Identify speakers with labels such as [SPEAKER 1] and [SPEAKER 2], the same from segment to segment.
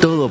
[SPEAKER 1] Todo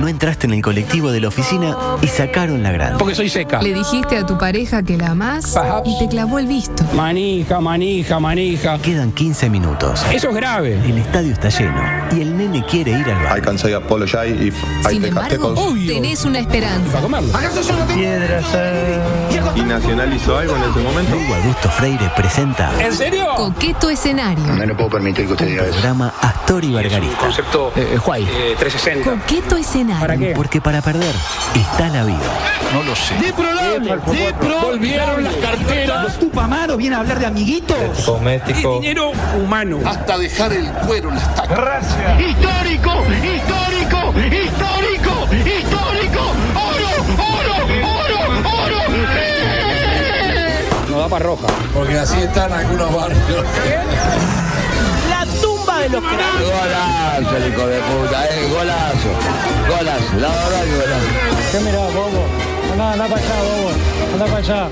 [SPEAKER 2] No entraste en el colectivo de la oficina y sacaron la grande.
[SPEAKER 3] Porque soy seca.
[SPEAKER 4] Le dijiste a tu pareja que la amás
[SPEAKER 3] Perhaps.
[SPEAKER 4] y te clavó el visto.
[SPEAKER 3] Manija, manija, manija.
[SPEAKER 2] Quedan 15 minutos.
[SPEAKER 3] Eso es grave.
[SPEAKER 2] El estadio está lleno y el nene quiere ir al
[SPEAKER 5] I
[SPEAKER 2] bar.
[SPEAKER 5] can say apologize if I
[SPEAKER 4] Sin
[SPEAKER 5] take a
[SPEAKER 4] embargo,
[SPEAKER 5] tackle.
[SPEAKER 3] Obvio.
[SPEAKER 4] tenés una esperanza.
[SPEAKER 3] Para comerlo.
[SPEAKER 5] ¿Y Nacional hizo algo en ese momento?
[SPEAKER 2] Hugo Augusto Freire presenta
[SPEAKER 3] ¿En serio?
[SPEAKER 4] Coqueto escenario.
[SPEAKER 6] No le puedo permitir que usted diga eso.
[SPEAKER 2] programa Astor y Bargarista.
[SPEAKER 7] Concepto
[SPEAKER 3] Eh, Juay.
[SPEAKER 7] eh, 360.
[SPEAKER 4] Coqueto
[SPEAKER 3] ¿Para
[SPEAKER 4] escenario.
[SPEAKER 3] qué?
[SPEAKER 2] Porque para perder está la vida.
[SPEAKER 3] Volvieron las carteras.
[SPEAKER 8] Tupamaro viene a hablar de amiguitos.
[SPEAKER 3] El dinero humano.
[SPEAKER 9] hasta dejar el cuero en las tacas.
[SPEAKER 6] ¡Histórico! ¡Histórico! ¡Histórico! ¡Histórico! ¡Oro! ¡Oro! ¡Oro! ¡Oro!
[SPEAKER 3] No da para roja.
[SPEAKER 9] Porque así están algunos barrios.
[SPEAKER 8] La tumba de los cráneos.
[SPEAKER 9] Golazo, el hijo de puta, eh, golazo. Golazo, la verdad que golazo.
[SPEAKER 3] ¿Qué mirá, bobo? Anda, anda para allá, bobo. Anda para allá.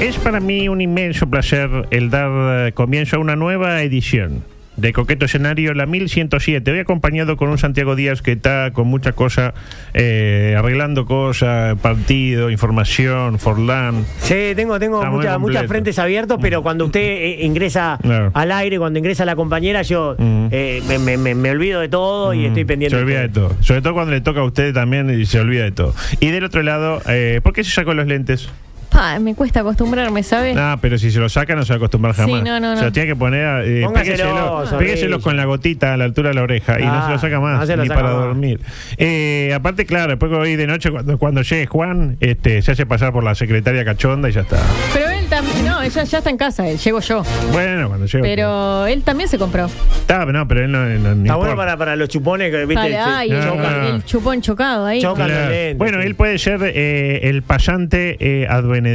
[SPEAKER 10] Es para mí un inmenso placer el dar eh, comienzo a una nueva edición de Coqueto Escenario, la 1107. Hoy acompañado con un Santiago Díaz que está con mucha cosa, eh, arreglando cosas, partido, información, Forlán.
[SPEAKER 8] Sí, tengo, tengo
[SPEAKER 10] Está
[SPEAKER 8] mucha-
[SPEAKER 10] muy completo. Mm.
[SPEAKER 8] muchas frentes abiertos, pero cuando usted eh, ingresa
[SPEAKER 10] Claro.
[SPEAKER 8] al aire, cuando ingresa la compañera, yo
[SPEAKER 10] Mm.
[SPEAKER 8] eh, me, me- me- me olvido de todo y estoy pendiente.
[SPEAKER 10] Se olvida de todo. Sobre todo cuando le toca a usted también y se olvida de todo. Y del otro lado, eh, ¿por qué se sacó los lentes?
[SPEAKER 11] Pa, me cuesta acostumbrarme, ¿sabes?
[SPEAKER 10] Ah, pero si se los saca no se va a acostumbrar
[SPEAKER 11] Eh. Sí,
[SPEAKER 10] jamás.
[SPEAKER 11] no, no, no.
[SPEAKER 10] Se los tiene que poner, a- eh,
[SPEAKER 8] Póngaselos,
[SPEAKER 10] pégueselos-
[SPEAKER 8] Zorrilla.
[SPEAKER 10] pégueselos con la gotita a la altura de la oreja y
[SPEAKER 8] Ah,
[SPEAKER 10] no se los saca más,
[SPEAKER 8] no se los
[SPEAKER 10] ni
[SPEAKER 8] saca
[SPEAKER 10] para
[SPEAKER 8] más.
[SPEAKER 10] dormir. Eh, aparte, claro, después hoy de noche cuando, cuando llegue Juan, este, se hace pasar por la secretaria cachonda y ya está.
[SPEAKER 11] Pero él también. No, ella ya está en casa, él, llego yo.
[SPEAKER 10] Bueno, cuando llegue.
[SPEAKER 11] Pero él también se compró.
[SPEAKER 10] Está, no, pero él no, no- no
[SPEAKER 8] Está
[SPEAKER 10] importa.
[SPEAKER 8] bueno para, para los chupones que viste.
[SPEAKER 11] Dale,
[SPEAKER 8] se-
[SPEAKER 11] ay, el,
[SPEAKER 10] no, no.
[SPEAKER 11] el chupón chocado ahí.
[SPEAKER 8] Choca.
[SPEAKER 10] Claro.
[SPEAKER 8] los lentes,
[SPEAKER 10] Bueno,
[SPEAKER 8] sí.
[SPEAKER 10] él puede ser eh, el pasante eh, advenedizo.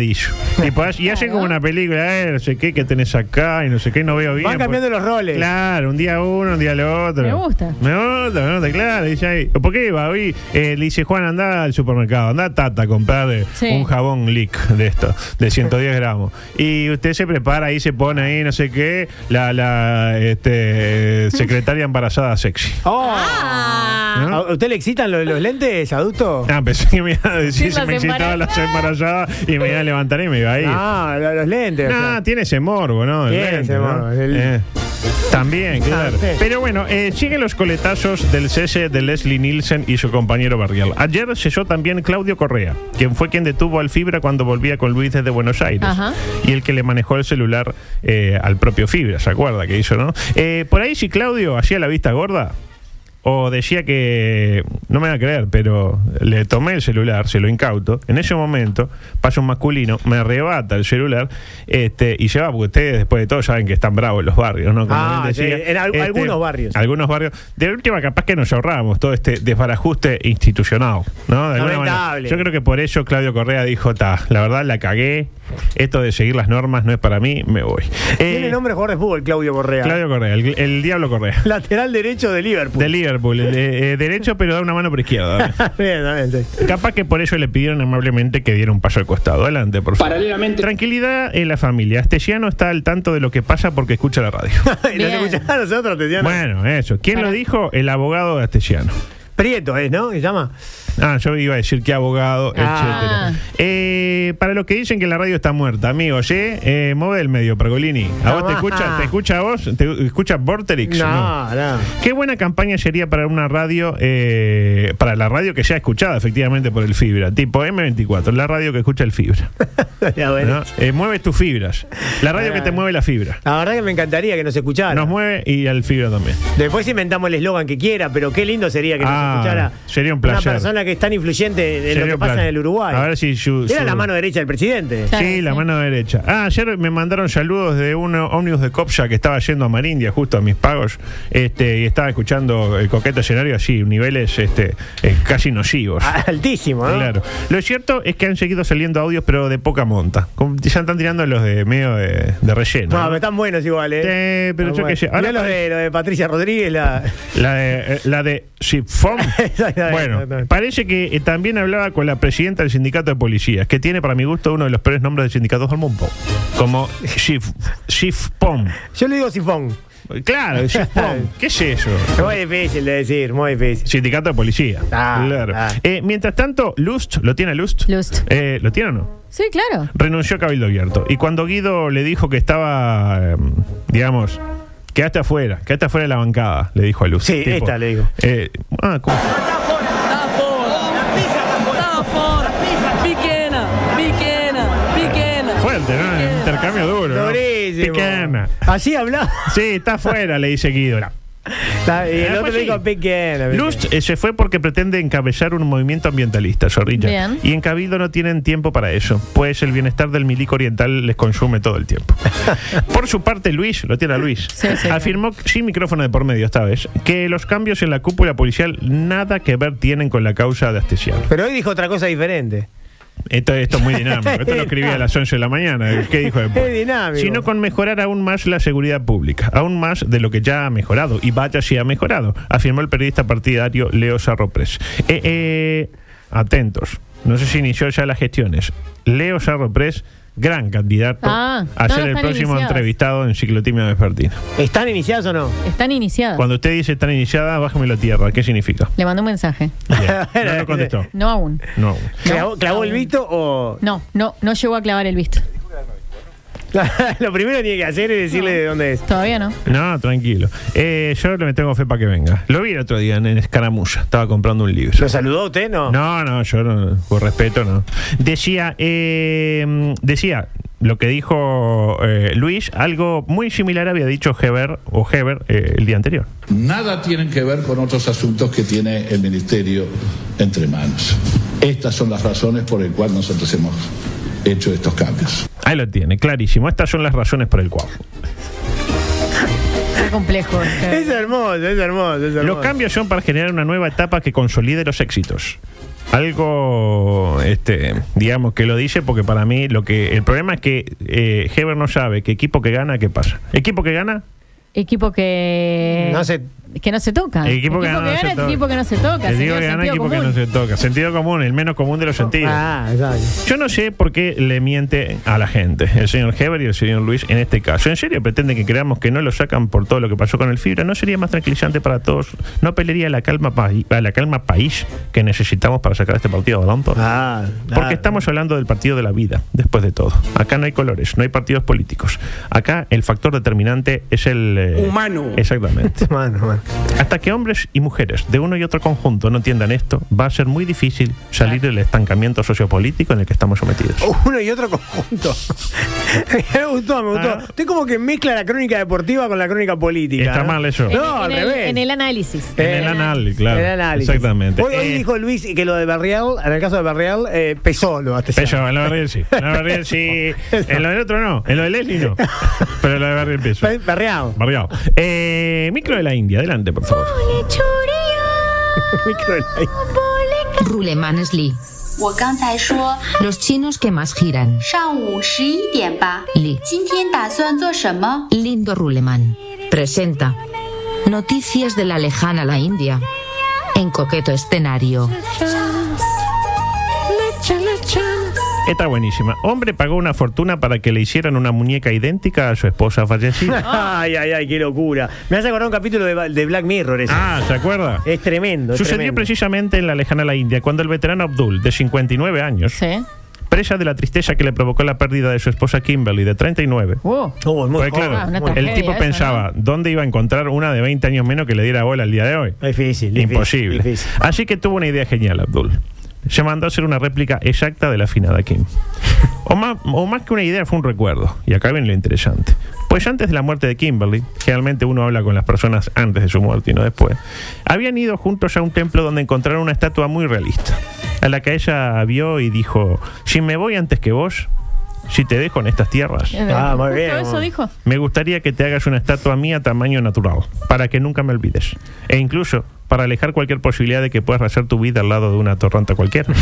[SPEAKER 10] Tipo, y hace como una película, eh, no sé qué, que tenés acá y no sé qué, no veo bien.
[SPEAKER 8] Van cambiando
[SPEAKER 10] porque-
[SPEAKER 8] los roles.
[SPEAKER 10] Claro, un día uno, un día lo otro.
[SPEAKER 11] Me gusta.
[SPEAKER 10] Me gusta, me gusta, claro. Dice ahí, ¿por qué va? Hoy eh, le dice Juan, anda al supermercado, anda a Tata a comprar eh,
[SPEAKER 11] Sí.
[SPEAKER 10] un jabón leak de esto, de 110 gramos. Y usted se prepara ahí, se pone ahí, no sé qué, la, la este, eh, secretaria embarazada sexy.
[SPEAKER 8] Oh.
[SPEAKER 11] Ah,
[SPEAKER 10] ¿no?
[SPEAKER 8] ¿A usted le excitan los, los lentes, adulto?
[SPEAKER 10] Ah, pensé que me iba a decir
[SPEAKER 11] Sí,
[SPEAKER 10] si
[SPEAKER 11] las
[SPEAKER 10] me excitaba las embarazadas y me iba a levantar y me iba a ir.
[SPEAKER 8] Ah, lo- los lentes.
[SPEAKER 10] Nah,
[SPEAKER 8] o sea.
[SPEAKER 10] tiene ese morbo, ¿no? El
[SPEAKER 8] Tiene ese
[SPEAKER 10] lente, ¿no?
[SPEAKER 8] morbo, el-
[SPEAKER 10] Eh, También, claro.
[SPEAKER 8] sí.
[SPEAKER 10] Pero bueno, eh, siguen los coletazos del cese de Leslie Nielsen y su compañero Barrial. Ayer cesó también Claudio Correa, quien fue quien detuvo al Fibra cuando volvía con Luis desde Buenos Aires.
[SPEAKER 11] Ajá.
[SPEAKER 10] Y el que le manejó el celular eh, al propio Fibra, ¿se acuerda que hizo, no? Eh, por ahí si Claudio hacía la vista gorda, o decía que, no me van a creer, pero le tomé el celular, se lo incauto. En ese momento pasa un masculino, me arrebata el celular este, y lleva, porque ustedes después de todo saben que están bravos los barrios, ¿no?
[SPEAKER 8] Ah,
[SPEAKER 10] él Este,
[SPEAKER 8] sí, en al- algunos barrios.
[SPEAKER 10] Algunos barrios. De última, capaz que nos ahorramos todo este desbarajuste institucional, ¿no? De alguna manera.
[SPEAKER 8] Lamentable.
[SPEAKER 10] Yo creo que por eso Claudio Correa dijo, ta, la verdad la cagué, esto de seguir las normas no es para mí, me voy.
[SPEAKER 8] Tiene
[SPEAKER 10] Eh,
[SPEAKER 8] nombre de jugador de fútbol, Claudio Correa.
[SPEAKER 10] Claudio Correa, el- el Diablo Correa.
[SPEAKER 8] Lateral derecho de Liverpool.
[SPEAKER 10] De Liverpool, el de- eh, derecho pero da una mano por izquierda.
[SPEAKER 8] bien, también, sí.
[SPEAKER 10] Capaz que por ello le pidieron amablemente que diera un paso al costado. Adelante, por favor.
[SPEAKER 8] este-
[SPEAKER 3] Paralelamente.
[SPEAKER 10] Tranquilidad en la familia. Astesiano está al tanto de lo que pasa porque escucha la radio.
[SPEAKER 8] ¿Nos
[SPEAKER 11] Bien.
[SPEAKER 8] escuchás a nosotros, Tiziano?
[SPEAKER 10] bueno, eso. ¿Quién lo
[SPEAKER 11] Para.
[SPEAKER 10] dijo? El abogado de Astesiano.
[SPEAKER 8] Prieto es, ¿no? ¿Se llama?
[SPEAKER 10] Ah, yo iba a decir que abogado,
[SPEAKER 11] Ah.
[SPEAKER 10] etcétera. Eh, para los que dicen que la radio está muerta, amigo, ¿ye? Eh, mueve el medio, Pergolini. ¿A vos te
[SPEAKER 8] Ah.
[SPEAKER 10] escucha? ¿Te escucha a vos? ¿Te escucha Vorterix?
[SPEAKER 8] No, no.
[SPEAKER 10] Qué buena campaña sería para una radio, eh, para la radio que sea escuchada efectivamente por el Fibra, tipo M24, la radio que escucha el Fibra.
[SPEAKER 8] Ya, bueno.
[SPEAKER 10] ¿no? Eh, mueves tus fibras, la radio
[SPEAKER 8] Ah.
[SPEAKER 10] que te mueve la fibra.
[SPEAKER 8] La verdad que me encantaría que nos escuchara.
[SPEAKER 10] Nos mueve y al Fibra también.
[SPEAKER 8] Después inventamos el eslogan que quiera, pero qué lindo sería que nos
[SPEAKER 10] Ah,
[SPEAKER 8] escuchara
[SPEAKER 10] sería un placer.
[SPEAKER 8] una persona
[SPEAKER 1] persona que es tan influyente de lo
[SPEAKER 10] Serio
[SPEAKER 1] que pasa
[SPEAKER 10] plan.
[SPEAKER 1] en el Uruguay.
[SPEAKER 10] A ver si su-
[SPEAKER 1] Era
[SPEAKER 10] su-
[SPEAKER 1] la mano derecha del presidente.
[SPEAKER 11] Claro,
[SPEAKER 10] Sí, la
[SPEAKER 11] sí.
[SPEAKER 10] mano derecha. Ah, ayer me mandaron saludos de un ómnibus de Copsa que estaba yendo a Marindia, justo a mis pagos, este, y estaba escuchando el coqueto escenario así, niveles este, eh, casi nocivos.
[SPEAKER 8] Ah,
[SPEAKER 1] Altísimo, ¿no?
[SPEAKER 10] Claro. Lo cierto es que han seguido saliendo audios, pero de poca monta. Como- Ya están tirando los de medio de, de relleno.
[SPEAKER 1] No,
[SPEAKER 10] ¿no?
[SPEAKER 1] pero están buenos igual, ¿eh?
[SPEAKER 10] Sí, pero
[SPEAKER 1] Están
[SPEAKER 10] yo qué
[SPEAKER 1] buenos.
[SPEAKER 10] sé. Ahora
[SPEAKER 1] Mirá lo
[SPEAKER 10] parece-
[SPEAKER 1] de, lo de Patricia Rodríguez, la...
[SPEAKER 10] La de, eh, la de Sipfom.
[SPEAKER 1] Exactamente,
[SPEAKER 10] bueno,
[SPEAKER 1] exactamente.
[SPEAKER 10] parece que eh, también hablaba con la presidenta del sindicato de policías, que tiene para mi gusto uno de los peores nombres de sindicatos del mundo. Como Sif- Sifpom.
[SPEAKER 1] Yo le digo sifón.
[SPEAKER 10] Claro, Sifpom. ¿Qué es eso?
[SPEAKER 1] Muy difícil de decir, muy difícil.
[SPEAKER 10] Sindicato de policía.
[SPEAKER 1] Ah,
[SPEAKER 10] claro.
[SPEAKER 1] ah.
[SPEAKER 10] Eh, mientras tanto, Lust, ¿lo tiene Lust?
[SPEAKER 11] Lust.
[SPEAKER 10] Eh, ¿Lo tiene o no?
[SPEAKER 11] Sí, claro.
[SPEAKER 10] renunció a Cabildo Abierto. Y cuando Guido le dijo que estaba, eh, digamos, quedaste afuera, quedaste afuera de la bancada, le dijo a Luz.
[SPEAKER 1] Sí, esta le digo.
[SPEAKER 10] eh, ah, ¿cómo? Fuerte, ¿no? Un intercambio duro. ¿no?
[SPEAKER 1] Durísimo.
[SPEAKER 10] Piquena.
[SPEAKER 1] Así hablaba.
[SPEAKER 10] Sí, está afuera, le dice Guido. No.
[SPEAKER 1] La- Y el
[SPEAKER 10] Ah,
[SPEAKER 1] otro
[SPEAKER 10] pues
[SPEAKER 1] le dijo
[SPEAKER 10] sí.
[SPEAKER 1] pequeña.
[SPEAKER 10] Lust eh, se fue porque pretende encabezar un movimiento ambientalista, zorrilla.
[SPEAKER 11] Bien.
[SPEAKER 10] Y en Cabildo no tienen tiempo para eso, pues el bienestar del milico oriental les consume todo el tiempo. por su parte, Luis, lo tiene a Luis,
[SPEAKER 11] Sí, sí,
[SPEAKER 10] afirmó, sin micrófono de por medio esta vez, que los cambios en la cúpula policial nada que ver tienen con la causa de Astesiano.
[SPEAKER 1] Pero hoy dijo otra cosa diferente.
[SPEAKER 10] Esto, esto es muy dinámico. Esto lo escribí a las 11 de la mañana. ¿Qué dijo después?
[SPEAKER 1] Es dinámico.
[SPEAKER 10] Sino con mejorar aún más la seguridad pública, aún más de lo que ya ha mejorado. Y vaya si ha mejorado, afirmó el periodista partidario Leo Sarropres. Eh, eh, atentos. No sé si inició ya las gestiones. Leo Sarropres, gran candidato
[SPEAKER 11] Ah,
[SPEAKER 10] a
[SPEAKER 11] no
[SPEAKER 10] ser el
[SPEAKER 11] están
[SPEAKER 10] próximo
[SPEAKER 11] iniciadas. Ah.
[SPEAKER 10] entrevistado en Ciclotimia Vespertino.
[SPEAKER 1] ¿Están iniciados o no?
[SPEAKER 11] Están iniciadas.
[SPEAKER 10] Cuando usted dice están iniciadas, bájeme la tierra. ¿Qué significa?
[SPEAKER 11] Le mandé un mensaje.
[SPEAKER 10] Bien. No lo contestó.
[SPEAKER 11] No aún.
[SPEAKER 10] No.
[SPEAKER 1] ¿Clavó, clavó el visto o.?
[SPEAKER 11] No, no, no llegó a clavar el visto.
[SPEAKER 1] Lo primero que tiene que hacer es decirle de dónde es.
[SPEAKER 11] Todavía no.
[SPEAKER 10] No, tranquilo. Eh, yo le tengo fe para que venga. Lo vi el otro día en, en Escaramulla. Estaba comprando un libro.
[SPEAKER 1] ¿Lo saludó usted? No.
[SPEAKER 10] No, no, yo no, por respeto no. Decía, eh, decía lo que dijo eh, Luis, algo muy similar había dicho Heber o Heber eh, el día anterior.
[SPEAKER 9] Nada tienen que ver con otros asuntos que tiene el Ministerio entre manos. Estas son las razones por las cuales nosotros hemos hecho estos cambios.
[SPEAKER 10] Ahí lo tiene, clarísimo. Estas son las razones por el cual.
[SPEAKER 11] Qué complejo.
[SPEAKER 1] Es hermoso, es hermoso, es hermoso.
[SPEAKER 10] Los cambios son para generar una nueva etapa que consolide los éxitos. Algo, este, digamos que lo dice porque para mí lo que el problema es que eh, Heber no sabe que equipo que gana qué pasa. Equipo que gana,
[SPEAKER 11] Equipo que.
[SPEAKER 1] No se-
[SPEAKER 11] Que no se toca. gana, Ah, equipo que no se toca.
[SPEAKER 10] Equipo
[SPEAKER 11] señor,
[SPEAKER 10] que
[SPEAKER 11] sentido
[SPEAKER 10] gana, equipo que no
[SPEAKER 11] común.
[SPEAKER 10] se toca. Sentido común, el menos común de los sentidos.
[SPEAKER 1] Ah, exacto.
[SPEAKER 10] Yo no sé por qué le miente a la gente, el señor Heber y el señor Luis en este caso. ¿En serio pretende que creamos que no lo sacan por todo lo que pasó con el Fibra? ¿No sería más tranquilizante para todos? ¿No pelearía la calma, pa- a la calma país que necesitamos para sacar este partido adelante?
[SPEAKER 1] Ah,
[SPEAKER 10] Porque
[SPEAKER 1] ah.
[SPEAKER 10] estamos hablando del partido de la vida, después de todo. Acá no hay colores, no hay partidos políticos. Acá el factor determinante es el... Humano. Exactamente.
[SPEAKER 1] Mano, mano.
[SPEAKER 10] Hasta que hombres y mujeres de uno y otro conjunto no entiendan esto, va a ser muy difícil salir del estancamiento sociopolítico en el que estamos sometidos.
[SPEAKER 1] Uno y otro conjunto. me gustó, me gustó.
[SPEAKER 10] Ah.
[SPEAKER 1] Usted como que mezcla la crónica deportiva con la crónica política.
[SPEAKER 10] Está
[SPEAKER 1] ¿no?
[SPEAKER 10] mal eso.
[SPEAKER 11] En,
[SPEAKER 1] No,
[SPEAKER 11] en
[SPEAKER 1] al
[SPEAKER 11] el,
[SPEAKER 1] revés. Eh,
[SPEAKER 11] en el análisis.
[SPEAKER 10] En el análisis, claro.
[SPEAKER 1] El análisis.
[SPEAKER 10] Exactamente.
[SPEAKER 1] Hoy, hoy
[SPEAKER 10] Eh,
[SPEAKER 1] dijo Luis que lo de Barrial, en el caso de Barrial, eh, pesó lo hasta
[SPEAKER 10] Peso, en lo de Barriel sí. En lo de Barriel sí. En lo del otro no. En lo de Leslie no. Pero en lo de Barriel peso.
[SPEAKER 1] Pe- Barrial.
[SPEAKER 10] Barriado. Eh, micro de la India, adelante, por favor.
[SPEAKER 1] Micro de la-
[SPEAKER 4] Rulemanes Lee. Los chinos que más giran. Lee. Lindo Ruleman. Presenta. Noticias de la lejana la India. En coqueto escenario.
[SPEAKER 10] Está buenísima. Hombre pagó una fortuna para que le hicieran una muñeca idéntica a su esposa fallecida.
[SPEAKER 1] Ay, ay, ay, qué locura. Me hace acordar un capítulo de, de Black Mirror ese.
[SPEAKER 10] Ah, ¿se acuerda?
[SPEAKER 1] Es tremendo. es
[SPEAKER 10] Sucedió
[SPEAKER 1] Eh, tremendo.
[SPEAKER 10] precisamente en la lejana la India, cuando el veterano Abdul, de 59 años,
[SPEAKER 11] Sí.
[SPEAKER 10] presa de la tristeza que le provocó la pérdida de su esposa Kimberly, de 39,
[SPEAKER 11] Wow.
[SPEAKER 1] Oh, es muy
[SPEAKER 10] pues
[SPEAKER 1] joven.
[SPEAKER 10] claro,
[SPEAKER 11] Ah, una
[SPEAKER 10] el
[SPEAKER 11] tragedia
[SPEAKER 10] tipo
[SPEAKER 11] esa,
[SPEAKER 10] pensaba, ¿dónde iba a encontrar una de 20 años menos que le diera bola el día de hoy?
[SPEAKER 1] Difícil, difícil,
[SPEAKER 10] Imposible.
[SPEAKER 1] difícil.
[SPEAKER 10] Así que tuvo una idea genial, Abdul. Se mandó a hacer una réplica exacta de la afinada Kim. O más, o más que una idea fue un recuerdo. Y acá viene lo interesante. Pues antes de la muerte de Kimberly, generalmente uno habla con las personas antes de su muerte y no después, habían ido juntos a un templo donde encontraron una estatua muy realista, a la que ella vio y dijo, si me voy antes que vos, si te dejo en estas tierras,
[SPEAKER 1] Ah, muy bien.
[SPEAKER 11] Todo eso dijo.
[SPEAKER 10] me gustaría que te hagas una estatua mía a tamaño natural, para que nunca me olvides. E incluso para alejar cualquier posibilidad de que puedas hacer tu vida al lado de una torranta cualquiera.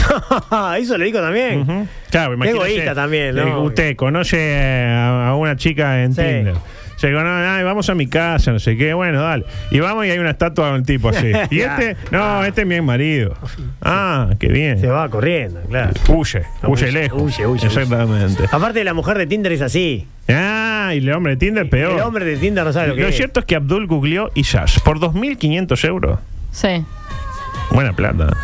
[SPEAKER 1] Eso lo dijo también.
[SPEAKER 10] Ujú. Claro, imagínese,
[SPEAKER 1] Egoísta también, ¿no?
[SPEAKER 10] eh, usted conoce a, a una chica en
[SPEAKER 1] Sí.
[SPEAKER 10] Tinder. Se conoce, "Ay, vamos a mi casa, no sé qué, bueno, dale. Y vamos y hay una estatua de un tipo así. Y este, no, este es mi marido.
[SPEAKER 1] Oh,
[SPEAKER 10] Ah, qué bien.
[SPEAKER 1] Se va corriendo, claro.
[SPEAKER 10] Huye, huye
[SPEAKER 1] Huye,
[SPEAKER 10] lejos.
[SPEAKER 1] huye, huye, huye.
[SPEAKER 10] Exactamente.
[SPEAKER 1] Aparte, la mujer de Tinder es así.
[SPEAKER 10] Ah, y el hombre de Tinder peor.
[SPEAKER 1] El hombre de Tinder no sabe lo que es.
[SPEAKER 10] cierto es que Abdul googleó y Yash por 2.500 euros.
[SPEAKER 11] Sí.
[SPEAKER 10] Buena plata.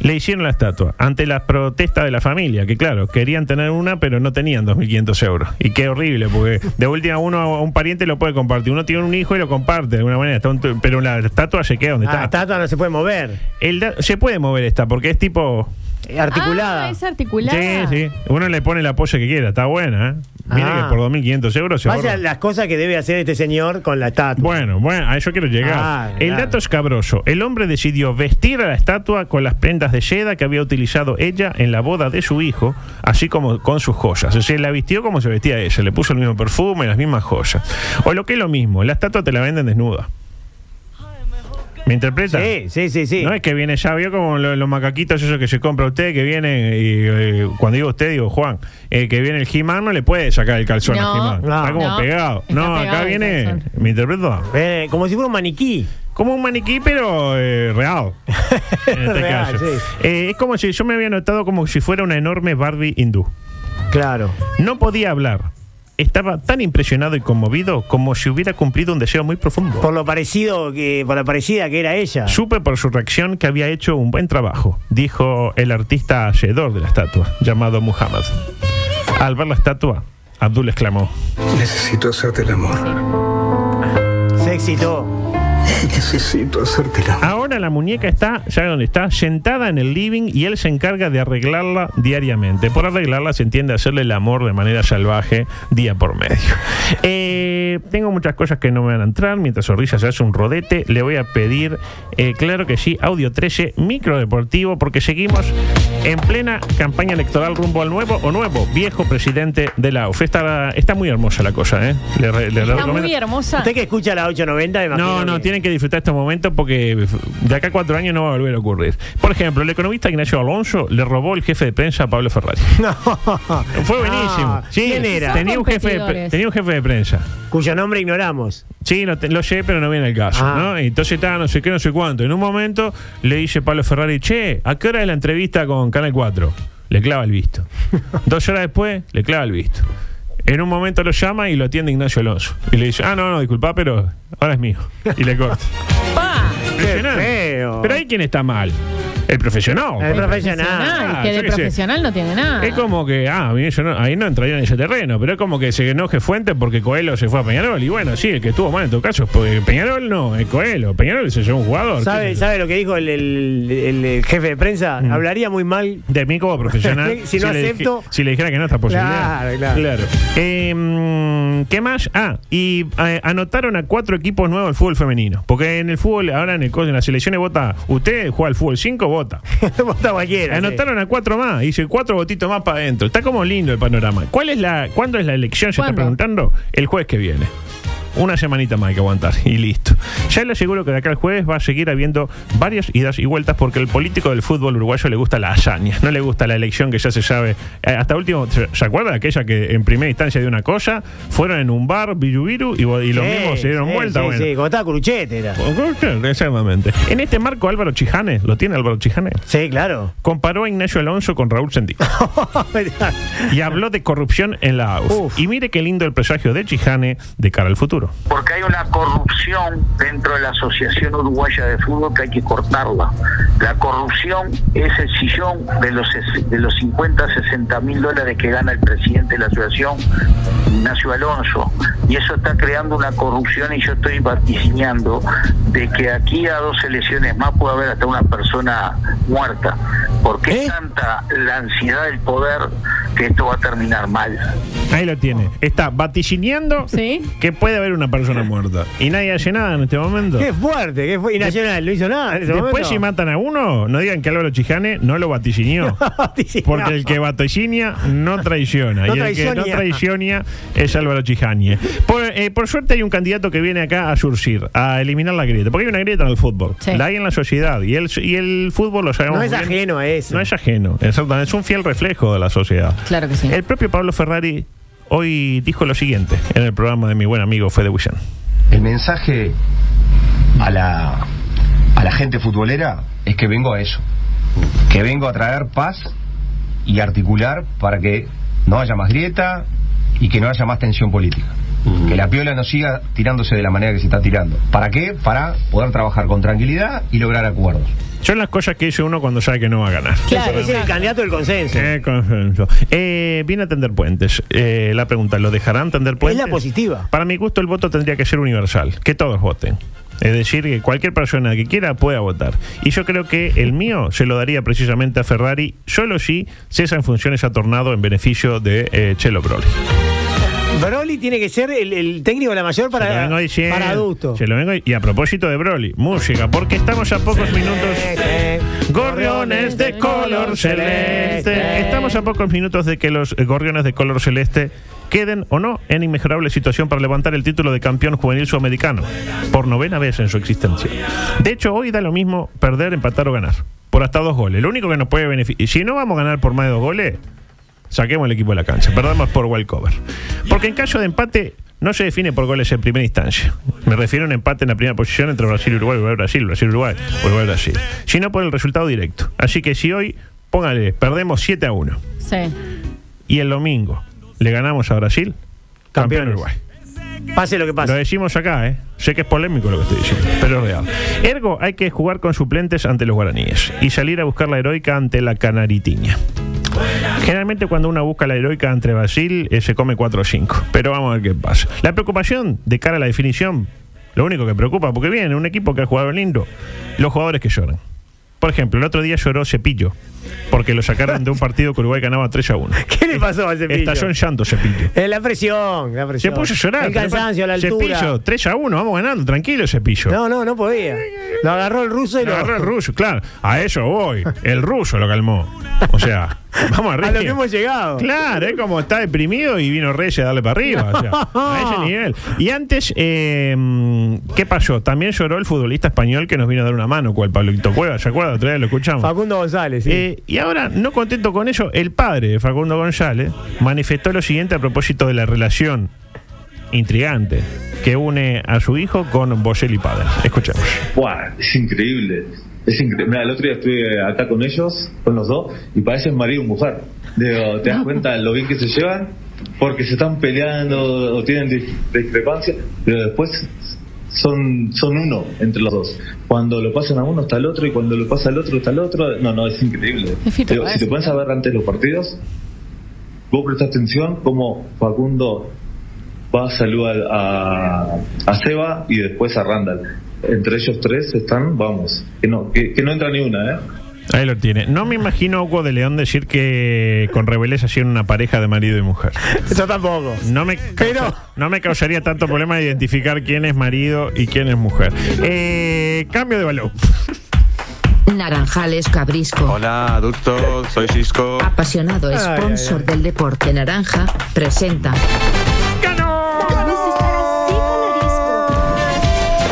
[SPEAKER 10] Le hicieron la estatua ante las protestas de la familia, que claro, querían tener una, pero no tenían 2.500 euros. Y qué horrible, porque de última uno a un pariente lo puede compartir. Uno tiene un hijo y lo comparte de alguna manera, está un- pero la estatua se queda donde
[SPEAKER 1] Ah,
[SPEAKER 10] está.
[SPEAKER 1] estatua no se puede mover.
[SPEAKER 10] El da- se puede mover esta, porque es tipo...
[SPEAKER 1] Eh, Articulada.
[SPEAKER 11] Ah, es articulada.
[SPEAKER 10] Sí, sí. Uno le pone la polla que quiera, está buena. ¿eh? Mire
[SPEAKER 1] Ah.
[SPEAKER 10] que por 2.500 euros se
[SPEAKER 1] Vaya
[SPEAKER 10] ahorra.
[SPEAKER 1] las cosas que debe hacer este señor con la estatua.
[SPEAKER 10] Bueno, bueno, a eso quiero llegar.
[SPEAKER 1] Ah,
[SPEAKER 10] el
[SPEAKER 1] claro.
[SPEAKER 10] dato es cabroso. El hombre decidió vestir a la estatua con las prendas de seda que había utilizado ella en la boda de su hijo, así como con sus joyas. O sea, la vistió como se vestía ella, le puso el mismo perfume, las mismas joyas. O lo que es lo mismo, la estatua te la venden desnuda. ¿Me interpreta?
[SPEAKER 1] Sí, sí, sí, sí.
[SPEAKER 10] No es que viene ya, vio como lo- los macaquitos esos que se compra usted, que viene, y eh, cuando digo usted, digo Juan, eh, que viene el He-Man, no le puede sacar el calzón
[SPEAKER 11] No,
[SPEAKER 10] al He-Man.
[SPEAKER 1] no,
[SPEAKER 10] está como
[SPEAKER 11] no.
[SPEAKER 10] pegado.
[SPEAKER 11] Está
[SPEAKER 10] no, acá
[SPEAKER 11] pegado el
[SPEAKER 10] viene,
[SPEAKER 11] calzón.
[SPEAKER 10] ¿me interpreto?
[SPEAKER 1] Eh, como si fuera un maniquí.
[SPEAKER 10] Como un maniquí, pero eh, real. En este
[SPEAKER 1] Real,
[SPEAKER 10] caso.
[SPEAKER 1] sí.
[SPEAKER 10] Eh, es como si yo me había notado como si fuera una enorme Barbie hindú.
[SPEAKER 1] Claro.
[SPEAKER 10] No podía hablar. Estaba tan impresionado y conmovido como si hubiera cumplido un deseo muy profundo.
[SPEAKER 1] Por lo parecido que, por la parecida que era ella.
[SPEAKER 10] Supe por su reacción que había hecho un buen trabajo, dijo el artista alrededor de la estatua, llamado Muhammad. Al ver la estatua, Abdul exclamó.
[SPEAKER 6] Necesito hacerte el amor.
[SPEAKER 1] Se excitó.
[SPEAKER 6] Necesito hacerte el amor.
[SPEAKER 10] Ahora la muñeca está, ya donde está, sentada en el living y él se encarga de arreglarla diariamente. Por arreglarla se entiende hacerle el amor de manera salvaje día por medio. Eh, tengo muchas cosas que no me van a entrar. Mientras Zorrilla se hace un rodete, le voy a pedir, eh, claro que sí, audio 13, micro deportivo, porque seguimos en plena campaña electoral rumbo al nuevo o nuevo viejo presidente de la UF. Está, está muy hermosa la cosa, ¿eh? Le re- le
[SPEAKER 11] Está
[SPEAKER 10] recomiendo-
[SPEAKER 11] muy hermosa.
[SPEAKER 1] Usted que escucha la 890, me imagino
[SPEAKER 10] no, no,
[SPEAKER 1] que-
[SPEAKER 10] tienen que disfrutar estos momentos porque de acá a cuatro años no va a volver a ocurrir. Por ejemplo, el economista Ignacio Alonso le robó el jefe de prensa a Pablo Ferrari.
[SPEAKER 1] No. Ah,
[SPEAKER 10] Fue buenísimo.
[SPEAKER 1] No. ¿Quién era?
[SPEAKER 10] Tenía un, jefe de, pre-
[SPEAKER 11] competidores.
[SPEAKER 10] tenía un jefe de prensa.
[SPEAKER 1] Cuyo nombre ignoramos.
[SPEAKER 10] Sí, lo, te- lo sé, pero no viene el caso.
[SPEAKER 1] Ah.
[SPEAKER 10] ¿no? Y Entonces está, no sé qué, no sé cuánto. En un momento le dice Pablo Ferrari, che, ¿a qué hora es la entrevista con Canal 4? Le clava el visto. Dos horas después, le clava el visto. En un momento lo llama y lo atiende Ignacio Alonso. Y le dice, ah, no, no, disculpa, pero ahora es mío. Y le corta.
[SPEAKER 11] Pa.
[SPEAKER 10] Impresionante.
[SPEAKER 1] Qué feo.
[SPEAKER 10] Pero hay quien está mal. El profesional. Ah,
[SPEAKER 1] El profesional.
[SPEAKER 11] Profesional, que
[SPEAKER 10] yo
[SPEAKER 11] de
[SPEAKER 10] qué sé.
[SPEAKER 11] profesional no tiene nada.
[SPEAKER 10] Es como que, ah, mira, yo no- ahí no entraría en ese terreno, pero es como que se enoje Fuentes porque Coelho se fue a Peñarol. Y bueno, sí, el que estuvo mal en tu caso es porque Peñarol no, es Coelho. Peñarol se llevó un jugador. ¿Qué
[SPEAKER 1] ¿Sabe,
[SPEAKER 10] sé yo?
[SPEAKER 1] ¿Sabe lo que dijo el, el- el- el jefe de prensa?
[SPEAKER 10] Mm.
[SPEAKER 1] Hablaría muy mal.
[SPEAKER 10] De mí como profesional.
[SPEAKER 1] Si no
[SPEAKER 10] le
[SPEAKER 1] acepto-
[SPEAKER 10] dije- si le dijera que no, esta posibilidad.
[SPEAKER 1] Claro, claro.
[SPEAKER 10] Eh, ¿Qué más? Ah, y eh, anotaron a cuatro equipos nuevos al fútbol femenino. Porque en el fútbol, ahora en, el, co- en las selecciones vota, usted juega al fútbol 5, vota.
[SPEAKER 1] Vota cualquiera. sí.
[SPEAKER 10] Anotaron a cuatro más, dice cuatro votitos más para adentro. Está como lindo el panorama. ¿Cuál es la, ¿Cuándo es la elección? Se está
[SPEAKER 11] ¿Cuándo?
[SPEAKER 10] preguntando. El jueves que viene. Una semanita más hay que aguantar y listo. Ya le aseguro que de acá al jueves va a seguir habiendo varias idas y vueltas porque el político del fútbol uruguayo le gusta la hazaña, no le gusta la elección que ya se sabe. Eh, hasta último, ¿se se acuerda de aquella que en primera instancia de una cosa? Fueron en un bar, biru biru, y, vo- y los
[SPEAKER 1] Sí,
[SPEAKER 10] mismos se dieron
[SPEAKER 1] sí,
[SPEAKER 10] vuelta.
[SPEAKER 1] Sí,
[SPEAKER 10] bueno.
[SPEAKER 1] sí, como estaba Cruchete era.
[SPEAKER 10] Exactamente. En este marco Álvaro Chijane, ¿lo tiene Álvaro Chijane?
[SPEAKER 1] Sí, claro.
[SPEAKER 10] comparó a Ignacio Alonso con Raúl Sendí y habló de corrupción en la AUF.
[SPEAKER 1] Uf.
[SPEAKER 10] Y mire qué lindo el presagio de Chijane de cara al futuro.
[SPEAKER 7] porque hay una corrupción dentro de la Asociación Uruguaya de Fútbol que hay que cortarla. La corrupción es el sillón de los, ses- de los 50, 60 mil dólares que gana el presidente de la asociación, Ignacio Alonso. Y eso está creando una corrupción y yo estoy vaticiñando de que aquí a dos elecciones más puede haber
[SPEAKER 1] ¿Eh?
[SPEAKER 7] hasta una persona muerta. Porque es tanta la ansiedad del poder que esto va a terminar mal.
[SPEAKER 10] Ahí lo tiene. Está vaticineando
[SPEAKER 11] Sí.
[SPEAKER 10] que puede haber una persona muerta. Y nadie hace nada en este momento.
[SPEAKER 1] Qué fuerte, qué fuerte. Y Nacional no hizo nada en ese
[SPEAKER 10] Después si
[SPEAKER 1] momento.
[SPEAKER 10] matan a uno, no digan que Álvaro Chijane no lo vaticinió.
[SPEAKER 1] Vaticinó.
[SPEAKER 10] Porque el que vaticina no traiciona.
[SPEAKER 1] No
[SPEAKER 10] y el que no
[SPEAKER 1] traiciona.
[SPEAKER 10] traiciona es Álvaro Chijane. Por, eh, por suerte hay un candidato que viene acá a surgir, a eliminar la grieta. Porque hay una grieta en el fútbol.
[SPEAKER 11] Sí.
[SPEAKER 10] La hay en la sociedad. Y el, y el fútbol lo sabemos
[SPEAKER 1] No es
[SPEAKER 10] bien.
[SPEAKER 1] ajeno a eso.
[SPEAKER 10] No es ajeno, exactamente. Es un fiel reflejo de la sociedad.
[SPEAKER 11] Claro que sí.
[SPEAKER 10] El propio Pablo Ferrari hoy dijo lo siguiente en el programa de mi buen amigo Fede Bullán.
[SPEAKER 12] El mensaje a la, a la gente futbolera es que vengo a eso. Que vengo a traer paz y articular para que no haya más grieta y que no haya más tensión política. Que la piola no siga tirándose de la manera que se está tirando. ¿Para qué? Para poder trabajar con tranquilidad y lograr acuerdos.
[SPEAKER 10] Son las cosas que dice uno cuando sabe que no va a ganar.
[SPEAKER 1] Claro, es el candidato del consenso.
[SPEAKER 10] Qué consenso. Eh, viene a tender puentes. Eh, la pregunta, ¿lo dejarán tender
[SPEAKER 1] Es
[SPEAKER 10] puentes?
[SPEAKER 1] la positiva.
[SPEAKER 10] Para mi gusto, el voto tendría que ser universal, que todos voten. Es decir, que cualquier persona que quiera pueda votar. Y yo creo que el mío se lo daría precisamente a Ferrari, solo si cesa en funciones a Tornado en beneficio de eh, Chelo Proli.
[SPEAKER 1] Broly tiene que ser el, el técnico de la mayor
[SPEAKER 10] Se lo
[SPEAKER 1] para,
[SPEAKER 10] vengo diciendo.
[SPEAKER 1] para adultos.
[SPEAKER 10] Se lo vengo- y a propósito de Broly, música, porque estamos a pocos minutos. Gorriones de color celeste. Estamos a pocos minutos de que los eh, gorriones de color celeste queden o no en inmejorable situación para levantar el título de campeón juvenil sudamericano por novena vez en su existencia. De hecho, hoy da lo mismo perder, empatar o ganar por hasta dos goles. Lo único que nos puede beneficiar. Si no vamos a ganar por más de dos goles, saquemos el equipo de la cancha. Perdamos por walkover. Porque en caso de empate. No se define por goles en primera instancia. Me refiero a un empate en la primera posición entre Brasil y Uruguay, Uruguay, Brasil, Brasil, Uruguay, Uruguay, Brasil. Sino por el resultado directo. Así que si hoy, póngale, perdemos 7 a 1
[SPEAKER 11] Sí.
[SPEAKER 10] y el domingo le ganamos a Brasil, campeón
[SPEAKER 1] Campeones.
[SPEAKER 10] Uruguay.
[SPEAKER 1] Pase lo que
[SPEAKER 10] Lo
[SPEAKER 1] pase.
[SPEAKER 10] decimos acá, ¿eh? Sé que es polémico lo que estoy diciendo, pero es real. Ergo, hay que jugar con suplentes ante los guaraníes y salir a buscar la heroica ante la canaritiña. Generalmente cuando uno busca la heroica ante Brasil eh, se come 4 o 5, pero vamos a ver qué pasa. La preocupación de cara a la definición, lo único que preocupa, porque viene un equipo que ha jugado lindo, los jugadores que lloran. Por ejemplo, el otro día lloró Cepillo, porque lo sacaron de un partido que Uruguay ganaba 3 a 1.
[SPEAKER 1] ¿Qué le pasó al cepillo?
[SPEAKER 10] Estalló en llanto Cepillo.
[SPEAKER 1] Es la presión, la
[SPEAKER 10] Se
[SPEAKER 1] presión.
[SPEAKER 10] puso a llorar.
[SPEAKER 1] El cansancio, la altura.
[SPEAKER 10] Cepillo, 3 a 1, vamos ganando, tranquilo Cepillo.
[SPEAKER 1] No, no, no podía. Lo agarró el ruso y
[SPEAKER 10] Lo
[SPEAKER 1] lo
[SPEAKER 10] agarró el ruso, claro. A eso voy. El ruso lo calmó. O sea, vamos arriba.
[SPEAKER 1] A lo que hemos llegado.
[SPEAKER 10] Claro, es como está deprimido y vino Reyes a darle para arriba. o sea, a ese nivel. Y antes, eh, ¿qué pasó? También lloró el futbolista español que nos vino a dar una mano, cual Pablito Cueva, ¿se acuerda? Otra vez lo escuchamos.
[SPEAKER 1] Facundo González, sí.
[SPEAKER 10] Eh, y ahora, no contento con ello, el padre de Facundo González manifestó lo siguiente a propósito de la relación intrigante que une a su hijo con Boselli Padre. Escuchemos.
[SPEAKER 13] Buah, es increíble. Es increíble. Mira, el otro día estuve acá con ellos, con los dos, y parecen marido y mujer. Digo, ¿te das cuenta lo bien que se llevan? Porque se están peleando o tienen dis- discrepancias, pero después son, son uno entre los dos. Cuando lo pasan a uno está el otro y cuando lo pasa al otro está el otro. No, no, es increíble.
[SPEAKER 11] Es fito,
[SPEAKER 13] Digo, si
[SPEAKER 11] parece.
[SPEAKER 13] te pones a ver antes los partidos, vos prestás atención como Facundo va a saludar a, a Seba y después a Randall. Entre ellos tres están, vamos, que no, que, que no entra ni una, ¿eh?
[SPEAKER 10] Ahí lo tiene. No me imagino a Hugo de León decir que con Rebeles hacían una pareja de marido y mujer.
[SPEAKER 1] Eso tampoco.
[SPEAKER 10] No me, causa-
[SPEAKER 1] Pero-
[SPEAKER 10] no me causaría tanto problema identificar quién es marido y quién es mujer. Eh, cambio de balón.
[SPEAKER 4] Naranjales Cabrisco.
[SPEAKER 5] Hola, adultos, soy Cisco.
[SPEAKER 4] Apasionado
[SPEAKER 1] Ay,
[SPEAKER 4] sponsor
[SPEAKER 1] ay, ay.
[SPEAKER 4] del deporte naranja, presenta.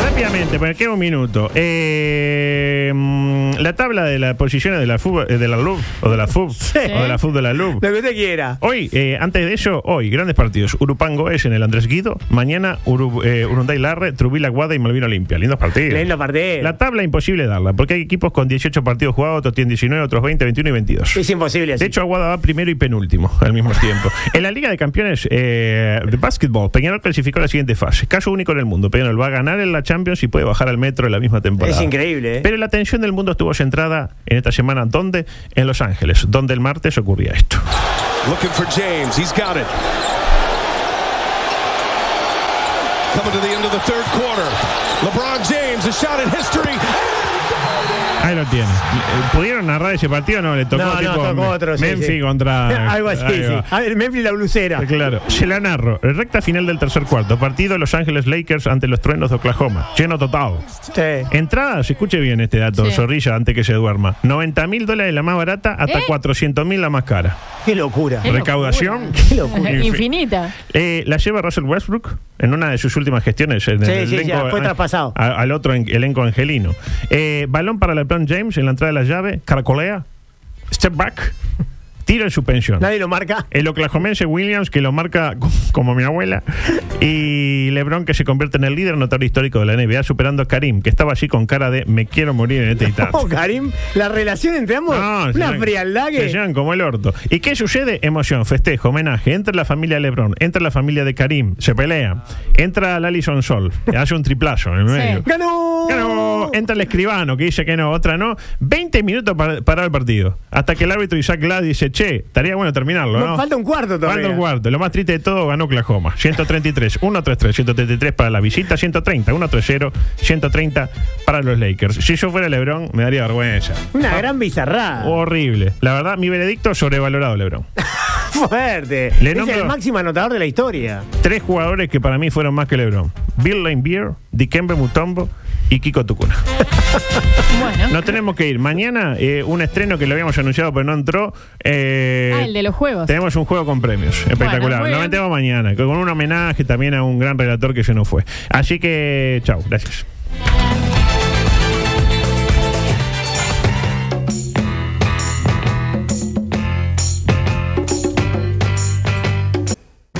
[SPEAKER 10] Rápidamente, porque queda un minuto. Eh, mm, la tabla de las posiciones de la FUB, eh, de la LUB, o de la FUB, o de la FUB de la LUB.
[SPEAKER 1] Lo que usted quiera.
[SPEAKER 10] Hoy, eh, antes de eso, hoy, grandes partidos. Urupango es en el Andrés Guido. Mañana, Uru- eh, Urunday Larre, Trubila Guada y Malvino Olimpia. Lindos partidos.
[SPEAKER 1] Leen la parte.
[SPEAKER 10] La tabla imposible darla, porque hay equipos con 18 partidos jugados, otros tienen 19, otros 20, 21 y 22.
[SPEAKER 1] Es imposible así.
[SPEAKER 10] De hecho, Aguada va primero y penúltimo al mismo tiempo. En la Liga de Campeones eh, de Básquetbol, Peñarol clasificó a la siguiente fase. Caso único en el mundo. Peñarol va a ganar en la Champions y puede bajar al metro en la misma temporada.
[SPEAKER 1] es increíble, ¿eh?
[SPEAKER 10] Pero la atención del mundo estuvo centrada en esta semana, ¿dónde? En Los Ángeles, donde el martes ocurría esto.
[SPEAKER 14] Looking for James. He's got it. Coming to the end of the third quarter. LeBron James, a shot at history.
[SPEAKER 10] Ahí lo tiene. ¿Pudieron narrar ese partido o no? Le tocó,
[SPEAKER 1] No, no,
[SPEAKER 10] tipo,
[SPEAKER 1] tocó otro, sí,
[SPEAKER 10] Memphis
[SPEAKER 1] sí.
[SPEAKER 10] contra.
[SPEAKER 1] Algo así,
[SPEAKER 10] Ahí
[SPEAKER 1] sí.
[SPEAKER 10] va. Eh,
[SPEAKER 1] A ver, Memphis la blusera.
[SPEAKER 10] Claro, se la narro. Recta final del tercer cuarto. Partido Los Ángeles Lakers ante los truenos de Oklahoma. Lleno total. Entradas, escuche bien este dato,
[SPEAKER 1] Sí.
[SPEAKER 10] zorrilla, antes que se duerma. 90 mil dólares la más barata, hasta
[SPEAKER 11] ¿Eh?
[SPEAKER 10] 400 mil la más cara.
[SPEAKER 1] Qué locura.
[SPEAKER 11] Qué
[SPEAKER 10] Recaudación.
[SPEAKER 11] locura.
[SPEAKER 1] Qué
[SPEAKER 11] Infinita.
[SPEAKER 10] Eh, la lleva Russell Westbrook en una de sus últimas gestiones. En
[SPEAKER 1] Sí, sí, ya, fue
[SPEAKER 10] ah,
[SPEAKER 1] traspasado.
[SPEAKER 10] a- al otro en- elenco angelino. Eh, balón para LeBron James en la entrada de la llave. Caracolea. Step back. Tiro en suspensión.
[SPEAKER 1] Nadie lo marca.
[SPEAKER 10] El oklahomense Williams, que lo marca co- como mi abuela. Y LeBron, que se convierte en el líder anotador histórico de la NBA, superando a Karim, que estaba así con cara de me quiero morir en este instante.
[SPEAKER 1] Oh, Karim, la relación entre ambos,
[SPEAKER 10] No, se
[SPEAKER 1] una
[SPEAKER 10] llevan-
[SPEAKER 1] frialdad
[SPEAKER 10] Se
[SPEAKER 1] que.
[SPEAKER 10] llevan como el orto. ¿Y qué sucede? Emoción, festejo, homenaje. Entra la familia de Lebron, entra la familia de Karim, se pelea. Entra Lalison Sol, hace un triplazo en el medio.
[SPEAKER 1] ¡Ganó!
[SPEAKER 10] Ganó. Entra el escribano que dice que no, otra no. 20 minutos para parar el partido. Hasta que el árbitro Isaac Glass dice, che, estaría bueno terminarlo,
[SPEAKER 1] No,
[SPEAKER 10] ¿no?
[SPEAKER 1] Falta un cuarto todavía.
[SPEAKER 10] Falta un cuarto. Lo más triste de todo, ganó Oklahoma. 133, 133, 133 para la visita, 130, 130, 130 para los Lakers. Si yo fuera LeBron, me daría vergüenza.
[SPEAKER 1] Una gran bizarrada.
[SPEAKER 10] Horrible. La verdad, mi veredicto sobrevalorado, Lebron.
[SPEAKER 1] Fuerte.
[SPEAKER 10] Le
[SPEAKER 1] es
[SPEAKER 10] nombro-
[SPEAKER 1] el máximo anotador de la historia.
[SPEAKER 10] Tres jugadores que para mí fueron más que Lebron. Bill Laimbeer, Dikembe Mutombo y Kiko Tucuna.
[SPEAKER 11] Bueno.
[SPEAKER 10] Nos tenemos que ir. Mañana eh, un estreno que lo habíamos anunciado pero no entró. Eh,
[SPEAKER 11] Ah, el de los juegos.
[SPEAKER 10] Tenemos un juego con premios. Espectacular.
[SPEAKER 11] muy
[SPEAKER 10] Lo
[SPEAKER 11] bien.
[SPEAKER 10] metemos mañana. Con un homenaje también a un gran relator que se nos fue. Así que, chao. Gracias.